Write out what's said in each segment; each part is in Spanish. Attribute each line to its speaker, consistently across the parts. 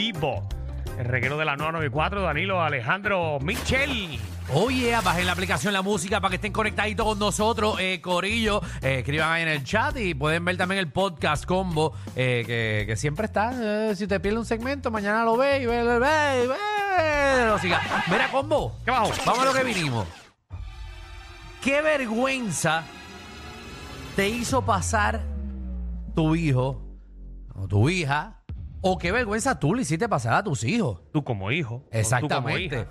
Speaker 1: vivo. El reguero de la 994, Danilo Alejandro Michel.
Speaker 2: Oye, bajen la aplicación La Música para que estén conectaditos con nosotros, eh, Corillo. Eh, escriban ahí en el chat y pueden ver también el podcast combo eh, que, que siempre está. Eh, si te pierde un segmento, mañana lo ve y ve, ve, ve, ve. Lo siga. Mira, combo.
Speaker 1: ¿Qué bajo?
Speaker 2: Vamos a lo que vinimos. ¿Qué vergüenza te hizo pasar tu hijo o tu hija? ¿O qué vergüenza tú le hiciste pasar a tus hijos?
Speaker 1: Tú como hijo. o
Speaker 2: Exactamente.
Speaker 1: Tú como, hija.
Speaker 2: A ver,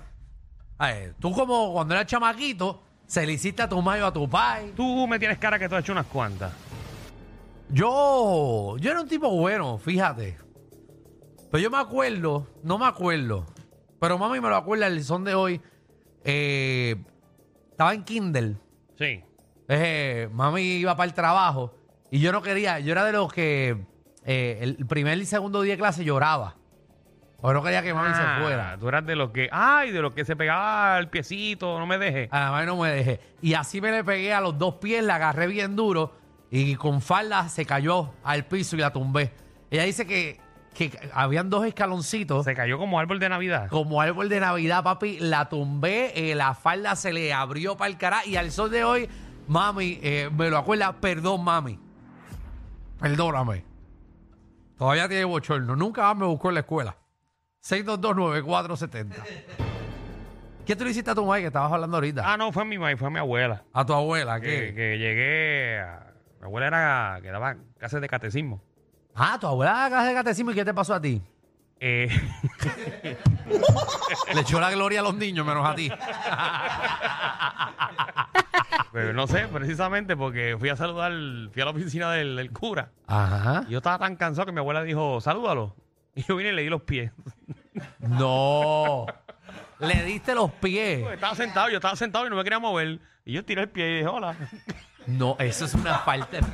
Speaker 2: Ah, eh, tú como cuando eras chamaquito, se le hiciste a tu mayo a tu pai.
Speaker 1: Tú me tienes cara que tú has hecho unas cuantas.
Speaker 2: Yo, yo era un tipo bueno, fíjate. Pero yo me acuerdo, no me acuerdo, pero mami me lo acuerda el son de hoy. eh, estaba en Kindle.
Speaker 1: Sí.
Speaker 2: Eh, mami iba para el trabajo y yo no quería, yo era de los que eh, el primer y segundo día de clase lloraba. O no quería que mami
Speaker 1: Ah,
Speaker 2: se fuera.
Speaker 1: Tú eras de los que, ay, de los que se pegaba al piecito, no me dejes.
Speaker 2: A la madre no me dejé. Y así me le pegué a los dos pies, la agarré bien duro y con falda se cayó al piso y la tumbé. Ella dice que, que habían dos escaloncitos
Speaker 1: Se cayó como árbol de Navidad.
Speaker 2: como árbol de Navidad, papi. La tumbé, eh, la falda se le abrió para el carajo y al sol de hoy, mami, eh, me lo acuerda, perdón, mami. Perdóname. Todavía tiene bochorno. Nunca más me buscó en la escuela. 6229470. ¿Qué tú le hiciste a tu madre que estabas hablando ahorita?
Speaker 1: Ah, no, fue mi mamá, fue mi abuela.
Speaker 2: A tu abuela,
Speaker 1: Que,
Speaker 2: ¿qué?
Speaker 1: que llegué. a- Mi abuela era que daba clases de catecismo.
Speaker 2: Ah, tu abuela acá de catecismo y ¿qué te pasó a ti?
Speaker 1: Eh,
Speaker 2: Le echó la gloria a los niños, menos a ti.
Speaker 1: pero no sé, precisamente porque fui a saludar, fui a la oficina del- del cura.
Speaker 2: Ajá.
Speaker 1: Yo estaba tan cansado que mi abuela dijo, salúdalo. Y yo vine y le di los pies.
Speaker 2: No. Le diste los pies.
Speaker 1: estaba sentado, yo estaba sentado y no me quería mover. Y yo tiré el pie y dije, hola.
Speaker 2: No, eso es una falta de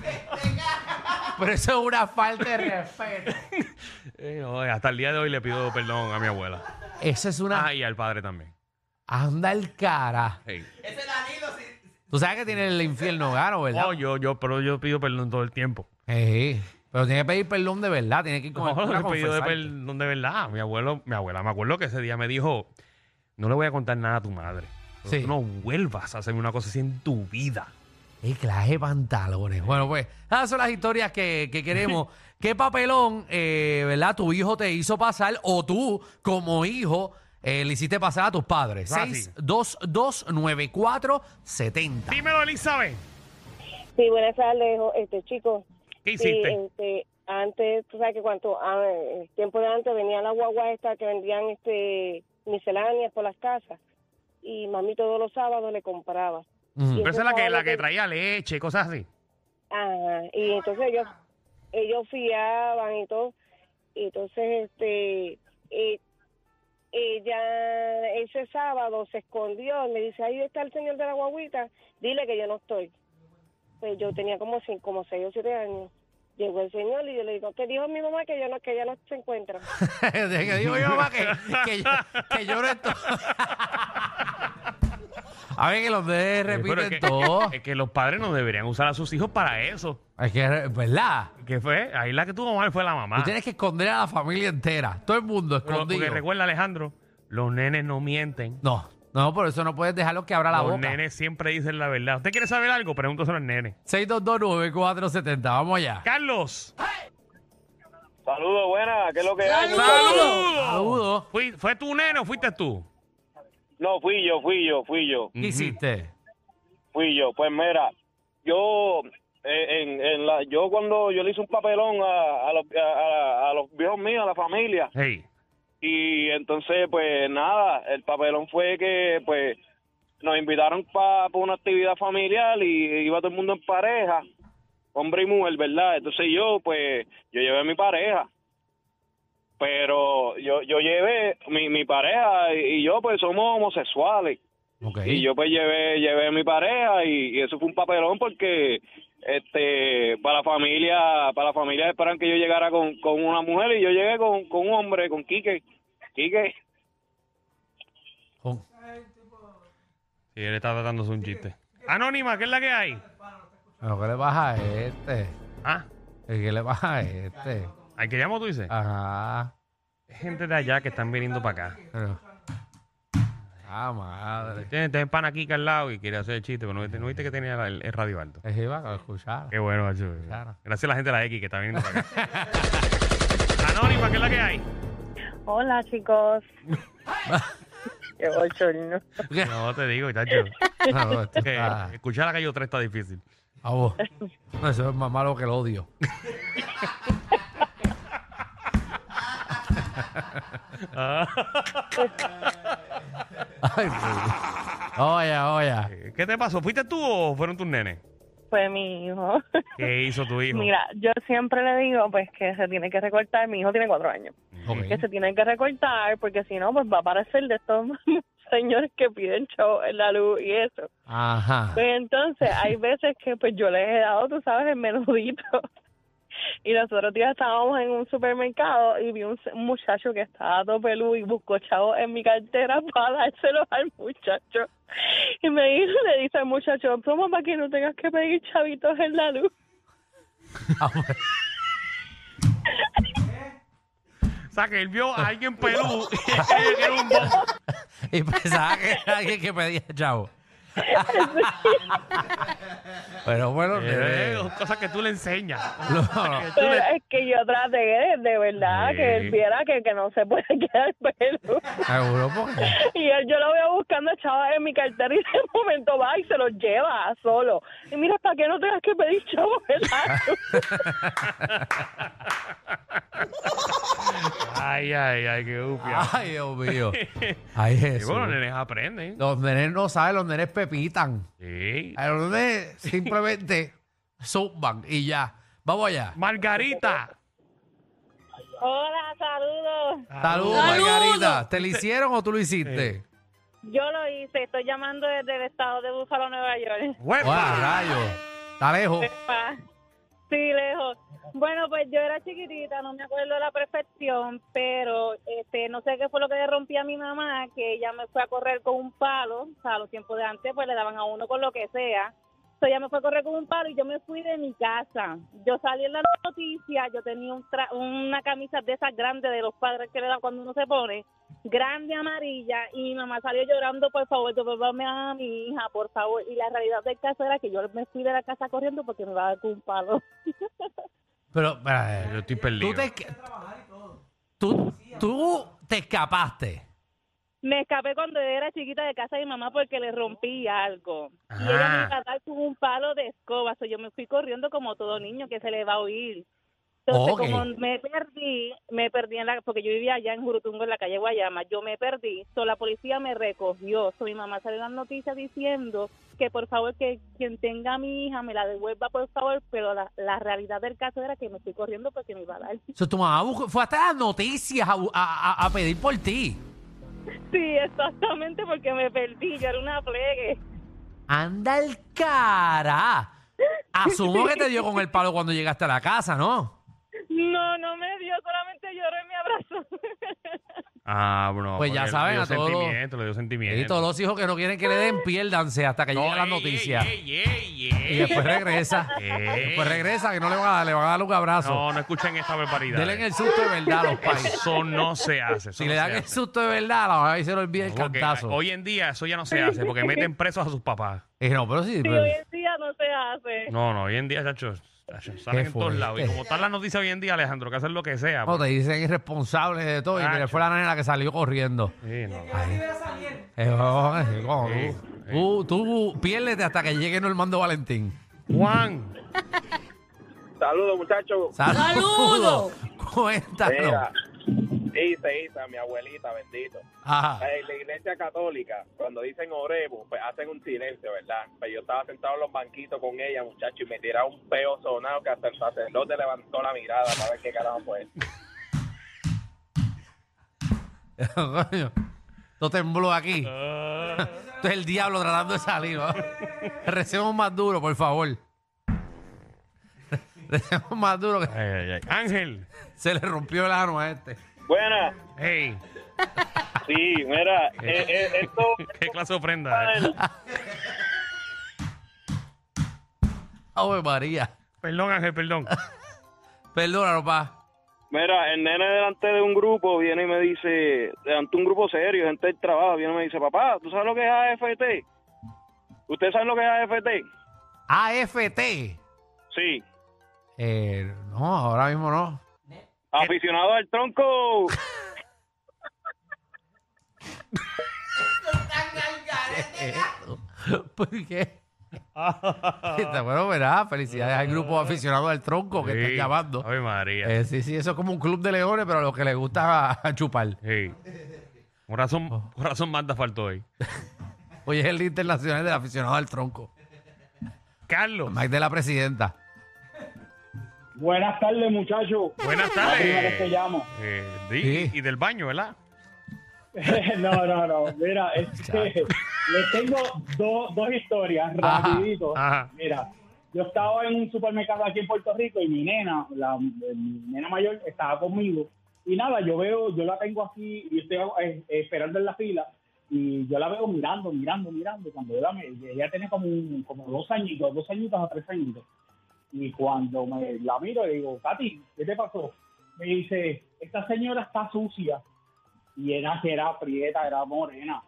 Speaker 2: Pero eso es una falta de respeto.
Speaker 1: Eh, no, eh, hasta el día de hoy le pido perdón a mi abuela.
Speaker 2: Eso es una.
Speaker 1: Ah, y al padre también.
Speaker 2: Anda el cara.
Speaker 1: Hey.
Speaker 2: Tú sabes que tiene el infierno gano, ¿verdad?
Speaker 1: Oh, yo, yo, pero yo pido perdón todo el tiempo.
Speaker 2: Sí. Pero tiene que pedir perdón de verdad. Tiene que ir con
Speaker 1: No,
Speaker 2: el
Speaker 1: yo
Speaker 2: cura a
Speaker 1: he pedido de
Speaker 2: confesarte.
Speaker 1: perdón de verdad. Mi abuelo, mi abuela, me acuerdo que ese día me dijo, no le voy a contar nada a tu madre. Pero
Speaker 2: Sí.
Speaker 1: Tú no vuelvas a hacerme una cosa así en tu vida.
Speaker 2: ¡Qué clase de pantalones! Bueno, pues, esas son las historias que, que queremos. ¿Qué papelón, eh, verdad, tu hijo te hizo pasar o tú, como hijo, eh, le hiciste pasar a tus padres?
Speaker 1: Ah, sí.
Speaker 2: 6229470.
Speaker 1: Dímelo, Elizabeth.
Speaker 3: Sí, buenas tardes, jo- este chico.
Speaker 1: ¿Qué
Speaker 3: Sí,
Speaker 1: hiciste?
Speaker 3: este, antes, tú sabes que cuanto a, el tiempo de antes venía la guagua esta que vendían este misceláneas por las casas y mami todos los sábados le compraba.
Speaker 2: Ujú.
Speaker 1: Pero esa es la que, la que
Speaker 3: Yo-
Speaker 1: traía leche y cosas así.
Speaker 3: Ajá, y entonces ellos ellos fiaban y todo. Y entonces este eh, ella ese sábado se escondió y me dice, "Ahí está el señor de la guaguita, dile que yo no estoy." Pues yo tenía como cinco, como 6 o 7 años. Llegó el señor y yo le digo, "Que dijo mi mamá que yo no que ella no se encuentra."
Speaker 2: De que digo yo, mamá, que, que yo, que yo no estoy. a ver, que los de
Speaker 1: Oye, pero es
Speaker 2: repiten
Speaker 1: que-
Speaker 2: todo.
Speaker 1: Es que los padres no deberían usar a sus hijos para eso.
Speaker 2: Es que, ¿verdad?
Speaker 1: ¿Qué fue? Ahí la que tuvo mal fue la mamá.
Speaker 2: Tú tienes que esconder a la familia entera. Todo el mundo
Speaker 1: Ah. Pero-
Speaker 2: escondido.
Speaker 1: Porque recuerda, Alejandro, los nenes no mienten.
Speaker 2: No, no, por eso no puedes dejarlo que abra la
Speaker 1: los
Speaker 2: boca.
Speaker 1: nenes siempre dicen la verdad. ¿Usted quiere saber algo? Pregúntaselo al nene.
Speaker 2: 6229470, vamos allá.
Speaker 1: Carlos.
Speaker 4: Saludos, buena, ¿qué es lo que hay?
Speaker 2: ¡Saludos! Saludos.
Speaker 1: Fui- ¿Fue tu nene o fuiste tú?
Speaker 4: No, fui yo, fui yo, fui yo,
Speaker 2: ¿Qué hiciste?
Speaker 4: fui yo. Pues mira, yo eh, en, en la, yo cuando yo le hice un papelón a, a los, a- a- a los viejos míos, a la familia,
Speaker 1: Hey.
Speaker 4: y entonces pues nada, el papelón fue que pues nos invitaron para una actividad familiar y iba todo el mundo en pareja, hombre y mujer, ¿verdad? Entonces yo pues yo llevé a mi pareja. Pero yo, yo llevé, mi, mi pareja y y yo pues somos homosexuales.
Speaker 2: Ok.
Speaker 4: Y yo pues llevé, llevé a mi pareja y, y eso fue un papelón porque este para la familia, para la familia esperan que yo llegara con, con una mujer y yo llegué con, con un hombre, con Quique. Quique,
Speaker 2: Con-
Speaker 1: Sí, él está tratándose un chiste. Anónima, ¿qué es la que hay?
Speaker 2: Pero, ¿Qué le pasa a este?
Speaker 1: Ah,
Speaker 2: ¿Qué le pasa a este?
Speaker 1: ¿al que llamo tú dices?
Speaker 2: Ajá.
Speaker 1: gente de allá que están viniendo para acá.
Speaker 2: Pero- Ah, madre.
Speaker 1: Tienes este pan aquí que al lado y quiere hacer el chiste, pero no, viste- no viste que tenía el, el radio alto.
Speaker 2: Es iba a escuchar.
Speaker 1: Qué bueno, macho.
Speaker 2: Claro.
Speaker 1: Gracias a la gente de la X que está viniendo para acá. Anónima, ¿qué es la que hay?
Speaker 3: Hola, chicos. Qué bochorno.
Speaker 1: No, te digo, chacho.
Speaker 2: No, no, esto
Speaker 1: Que
Speaker 2: está-
Speaker 1: Escuchar a Cayo 3 está difícil.
Speaker 2: A vos. No, eso es más malo que el odio.
Speaker 1: Ah.
Speaker 2: Ay, sí. oye, oye.
Speaker 1: Eh, ¿Qué te pasó? ¿Fuiste tú o fueron tus nenes?
Speaker 5: Fue mi hijo.
Speaker 1: ¿Qué hizo tu hijo?
Speaker 5: Mira, yo siempre le digo pues que se tiene que recortar, mi hijo tiene cuatro años, que
Speaker 2: Ok.
Speaker 5: se tiene que recortar porque si no pues va a parecer de estos señores que piden show en la luz y eso.
Speaker 2: Ajá.
Speaker 5: Pues entonces hay veces que pues yo les he dado, tú sabes, el menudito. Y los otros días estábamos en un supermercado y vi un se- un muchacho que estaba todo peludo y buscó chavo en mi cartera para dárselo al muchacho. Y me dijo, le dice al muchacho, toma para que no tengas que pedir chavitos en la luz.
Speaker 1: O sea, que él vio a alguien pelú y ella que era un bobo.
Speaker 2: Y pensaba que era alguien que pedía chavo. Pero bueno,
Speaker 1: Eh,
Speaker 2: eh,
Speaker 1: Cosas que tú le enseñas.
Speaker 2: no, no.
Speaker 5: Pero es que yo traté de, de verdad
Speaker 1: Sí.
Speaker 5: que él viera que, que no se puede quedar peludo.
Speaker 2: seguro porque.
Speaker 5: Y él, yo lo veo buscando chavas en mi cartera y de momento va y se los lleva solo. Y mira, ¿para qué no tengas que pedir chavos, verdad?
Speaker 1: Ay, ay, ay, qué upia.
Speaker 2: Ay, Dios mío. Ay,
Speaker 1: y
Speaker 2: Jesús.
Speaker 1: bueno, los nenes aprenden.
Speaker 2: Los nenes no saben, los nenes pepitan.
Speaker 1: Sí.
Speaker 2: A los nenes simplemente zumban y ya. Vamos allá.
Speaker 1: Margarita.
Speaker 3: Hola, saludos.
Speaker 2: Saludos, Margarita. ¿Te lo hicieron o tú lo hiciste?
Speaker 3: Yo lo hice, estoy llamando desde el estado de Búfalo, Nueva York.
Speaker 2: ¡Wow,
Speaker 1: ¡Huepa!
Speaker 2: rayos! Está lejos.
Speaker 3: Pa. Sí, lejos. Bueno, pues yo era chiquitita, no me acuerdo a la perfección, pero este, no sé qué fue lo que le rompí a mi mamá, que ella me fue a correr con un palo, o sea, los tiempos de antes pues le daban a uno con lo que sea. Entonces ella me fue a correr con un palo y yo me fui de mi casa. Yo salí en la noticia, yo tenía un tra- una camisa de esas grandes de los padres que le dan cuando uno se pone, grande amarilla, y mi mamá salió llorando, por favor, devuélvame a mi hija, por favor. Y la realidad del caso era que yo me fui de la casa corriendo porque me iba a dar con un palo.
Speaker 2: Pero, espera, eh,
Speaker 1: Yo estoy
Speaker 2: tú
Speaker 1: perdido.
Speaker 2: te, tú, tú te escapaste.
Speaker 3: Me escapé cuando era chiquita de casa de mi mamá porque le rompí algo. Y
Speaker 1: Ajá.
Speaker 3: ella me iba a dar con un palo de escoba. So, yo me fui corriendo como todo niño que se le va a oír. Entonces,
Speaker 2: Ok.
Speaker 3: como me perdí, me perdí en la, porque yo vivía allá en Jurutungo, en la calle Guayama, yo me perdí. So, la policía me recogió. So, mi mamá salió en las noticias diciendo que por favor que quien tenga a mi hija me la devuelva, por favor. Pero la, la realidad del caso era que me fui corriendo porque me iba a dar.
Speaker 2: O sea, tu mamá buscó- fue hasta las noticias a, bu- a- a- a pedir por ti.
Speaker 3: Sí, exactamente porque me perdí. Yo era una plegue.
Speaker 2: Anda el cara. Asumo que te dio con el palo cuando llegaste a la casa, ¿no?
Speaker 3: No, no me dio, solamente lloró y me abrazó.
Speaker 1: Ah, bueno.
Speaker 2: Pues ya
Speaker 1: porque
Speaker 2: saben,
Speaker 1: le dio
Speaker 2: a todos los-
Speaker 1: sentimiento, Le dio sentimiento.
Speaker 2: Y todos los hijos que no quieren que le den, piérdanse hasta que lleguen las noticias.
Speaker 1: Ey, ey, ey,
Speaker 2: Y
Speaker 1: ey.
Speaker 2: después regresa.
Speaker 1: Ey.
Speaker 2: Después regresa, que no le van a dar, le van a dar un abrazo.
Speaker 1: No, no escuchen esta barbaridad.
Speaker 2: Denle el susto de verdad a los pais.
Speaker 1: Eso no se hace. eso
Speaker 2: Si
Speaker 1: no
Speaker 2: le
Speaker 1: se
Speaker 2: dan el
Speaker 1: hace.
Speaker 2: susto de verdad, la mamá se le olvida el
Speaker 1: Porque
Speaker 2: cantazo.
Speaker 1: Hoy en día eso ya no se hace porque meten presos a sus papás.
Speaker 2: Y no, pero sí,
Speaker 3: Sí,
Speaker 2: pero-
Speaker 3: hoy en día no se hace.
Speaker 1: No, no, hoy en día, chacho, chacho, salen
Speaker 2: Qué
Speaker 1: en todos lados. Y
Speaker 2: fuerte.
Speaker 1: como están las noticias hoy en día, Alejandro, que hacen lo que sea.
Speaker 2: no,
Speaker 1: pues.
Speaker 2: te dicen irresponsable de todo. Y
Speaker 1: Nacho.
Speaker 2: que fue la nena la que salió corriendo.
Speaker 1: Sí, no, no.
Speaker 2: Eh, oh, eh, como
Speaker 1: Sí,
Speaker 2: tú, tú, tú piérdete hasta que llegue Normando Valentín.
Speaker 1: Juan,
Speaker 4: Saludos, muchachos.
Speaker 2: ¡Saludos! Cuéntanos.
Speaker 4: Mira, Isa, Isa, mi abuelita, bendito.
Speaker 2: Ajá.
Speaker 4: En la iglesia católica, cuando dicen oremos, pues hacen un silencio, ¿verdad? Pues yo estaba sentado en los banquitos con ella, muchacho, y me tiraba un peo sonado que hasta el sacerdote levantó la mirada para ver qué carajo fue.
Speaker 1: eh.
Speaker 2: Coño, no tembló aquí.
Speaker 1: Ah.
Speaker 2: Esto es el diablo tratando de salir. ¿no? Recemos más duro, por favor. Recemos más duro que
Speaker 1: Ay, ay, ay. Ángel,
Speaker 2: se le rompió el ano a este.
Speaker 4: Buena,
Speaker 1: hey,
Speaker 4: sí, mira,
Speaker 1: eh, eh,
Speaker 4: esto...
Speaker 1: qué clase de ofrenda. eh.
Speaker 2: Ave María.
Speaker 1: Perdón, Ángel, perdón.
Speaker 2: Perdónalo, pa.
Speaker 4: Mira, el nene delante de un grupo viene y me dice, delante de un grupo serio, gente del trabajo, viene y me dice, papá, ¿tú sabes lo que es AFT? ¿Usted sabe lo que es AFT?
Speaker 2: AFT.
Speaker 4: Sí.
Speaker 2: Eh, no, ahora mismo no.
Speaker 4: Aficionado al tronco.
Speaker 2: ¿Por qué? Está bueno, verá. Felicidades al grupo aficionado al tronco que están
Speaker 1: Sí. Oh,
Speaker 2: llamando.
Speaker 1: Ay, María.
Speaker 2: Eh, sí, sí, eso es como un club de leones, pero a los que les gusta a- a chupar.
Speaker 1: Sí.
Speaker 2: Oh.
Speaker 1: Corazón, corazón manda faltó hoy.
Speaker 2: Hoy es el Día internacional del aficionado al tronco.
Speaker 1: Carlos,
Speaker 2: Mike de la presidenta.
Speaker 6: Buenas tardes, muchachos.
Speaker 1: buenas
Speaker 6: Prima que te
Speaker 1: tardes.
Speaker 6: llamo.
Speaker 1: Eh, di-
Speaker 2: Sí.
Speaker 1: Y del baño, ¿verdad?
Speaker 6: no, no, no. Mira, es que les tengo do- dos historias
Speaker 2: Ajá,
Speaker 6: rapidito.
Speaker 1: ajá.
Speaker 6: Mira, yo estaba en un supermercado aquí en Puerto Rico y mi nena, la mi nena mayor, estaba conmigo. Y nada, yo veo, yo la tengo aquí y estoy eh, esperando en la fila. Y yo la veo mirando, mirando, mirando. Cuando yo la me- ella tiene como, un- como dos añitos, dos añitos a tres añitos. Y cuando me la miro, le digo, Katy, ¿qué te pasó? Me dice, esta señora está sucia. Y era que era prieta, era morena.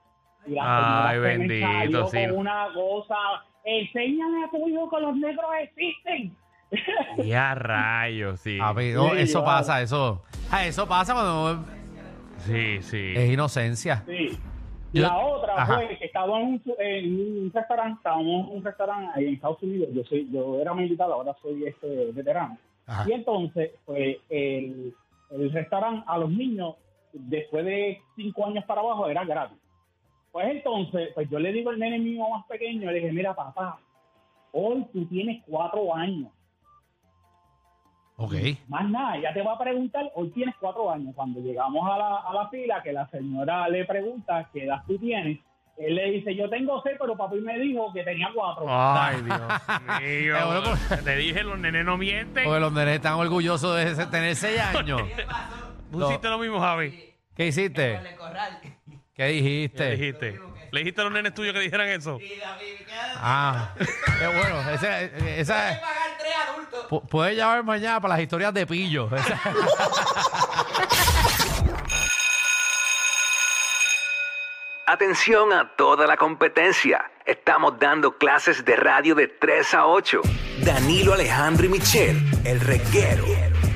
Speaker 6: Y la
Speaker 1: Ay,
Speaker 6: señora se me
Speaker 1: bendito,
Speaker 6: salió
Speaker 1: sí.
Speaker 6: Con una cosa, enséñale a tu hijo que los negros existen.
Speaker 1: Ya rayos, sí.
Speaker 2: A ver, no,
Speaker 6: Sí,
Speaker 2: oh, eso
Speaker 6: wow.
Speaker 2: pasa, eso. Ah, eso pasa cuando
Speaker 1: Sí, sí.
Speaker 2: es inocencia.
Speaker 6: Sí.
Speaker 2: Yo-
Speaker 6: la otra
Speaker 2: Ajá.
Speaker 6: fue que estaba en un, en un restaurante, estábamos en un restaurante ahí en Estados Unidos, yo soy, yo era militar, ahora soy este veterano.
Speaker 2: Ajá.
Speaker 6: Y entonces, pues, el, el restaurante a los niños, después de cinco años para abajo, era gratis. Pues entonces, pues yo le digo al nene mío más pequeño, le dije, mira papá, hoy tú tienes cuatro años.
Speaker 2: Ok.
Speaker 6: Más nada, ya te va a preguntar, hoy tienes cuatro años. Cuando llegamos a la, a la fila, que la señora le pregunta qué edad tú tienes, él le dice, yo tengo seis, pero papi me dijo que tenía cuatro.
Speaker 1: Ay, Dios
Speaker 2: Eh,
Speaker 1: mío.
Speaker 2: bueno,
Speaker 1: Te dije, los nenes no mienten.
Speaker 2: Porque los nenes están orgullosos de ese- tener seis años.
Speaker 1: ¿Tú
Speaker 2: No.
Speaker 1: hiciste lo mismo, Javi?
Speaker 2: ¿Qué hiciste? ¿Qué
Speaker 1: ¿Qué
Speaker 2: dijiste?
Speaker 1: dijiste? ¿Le dijiste a los nenes tuyos que dijeran eso?
Speaker 2: Ah, qué bueno. Esa, esa,
Speaker 7: pagar tres adultos.
Speaker 2: pu- puedes llamar mañana para las historias de pillo. Esa-
Speaker 8: Atención a toda la competencia. Estamos dando clases de radio de 3 a 8. Danilo Alejandro y Michel, el reguero,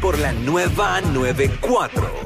Speaker 8: por la nueva 94.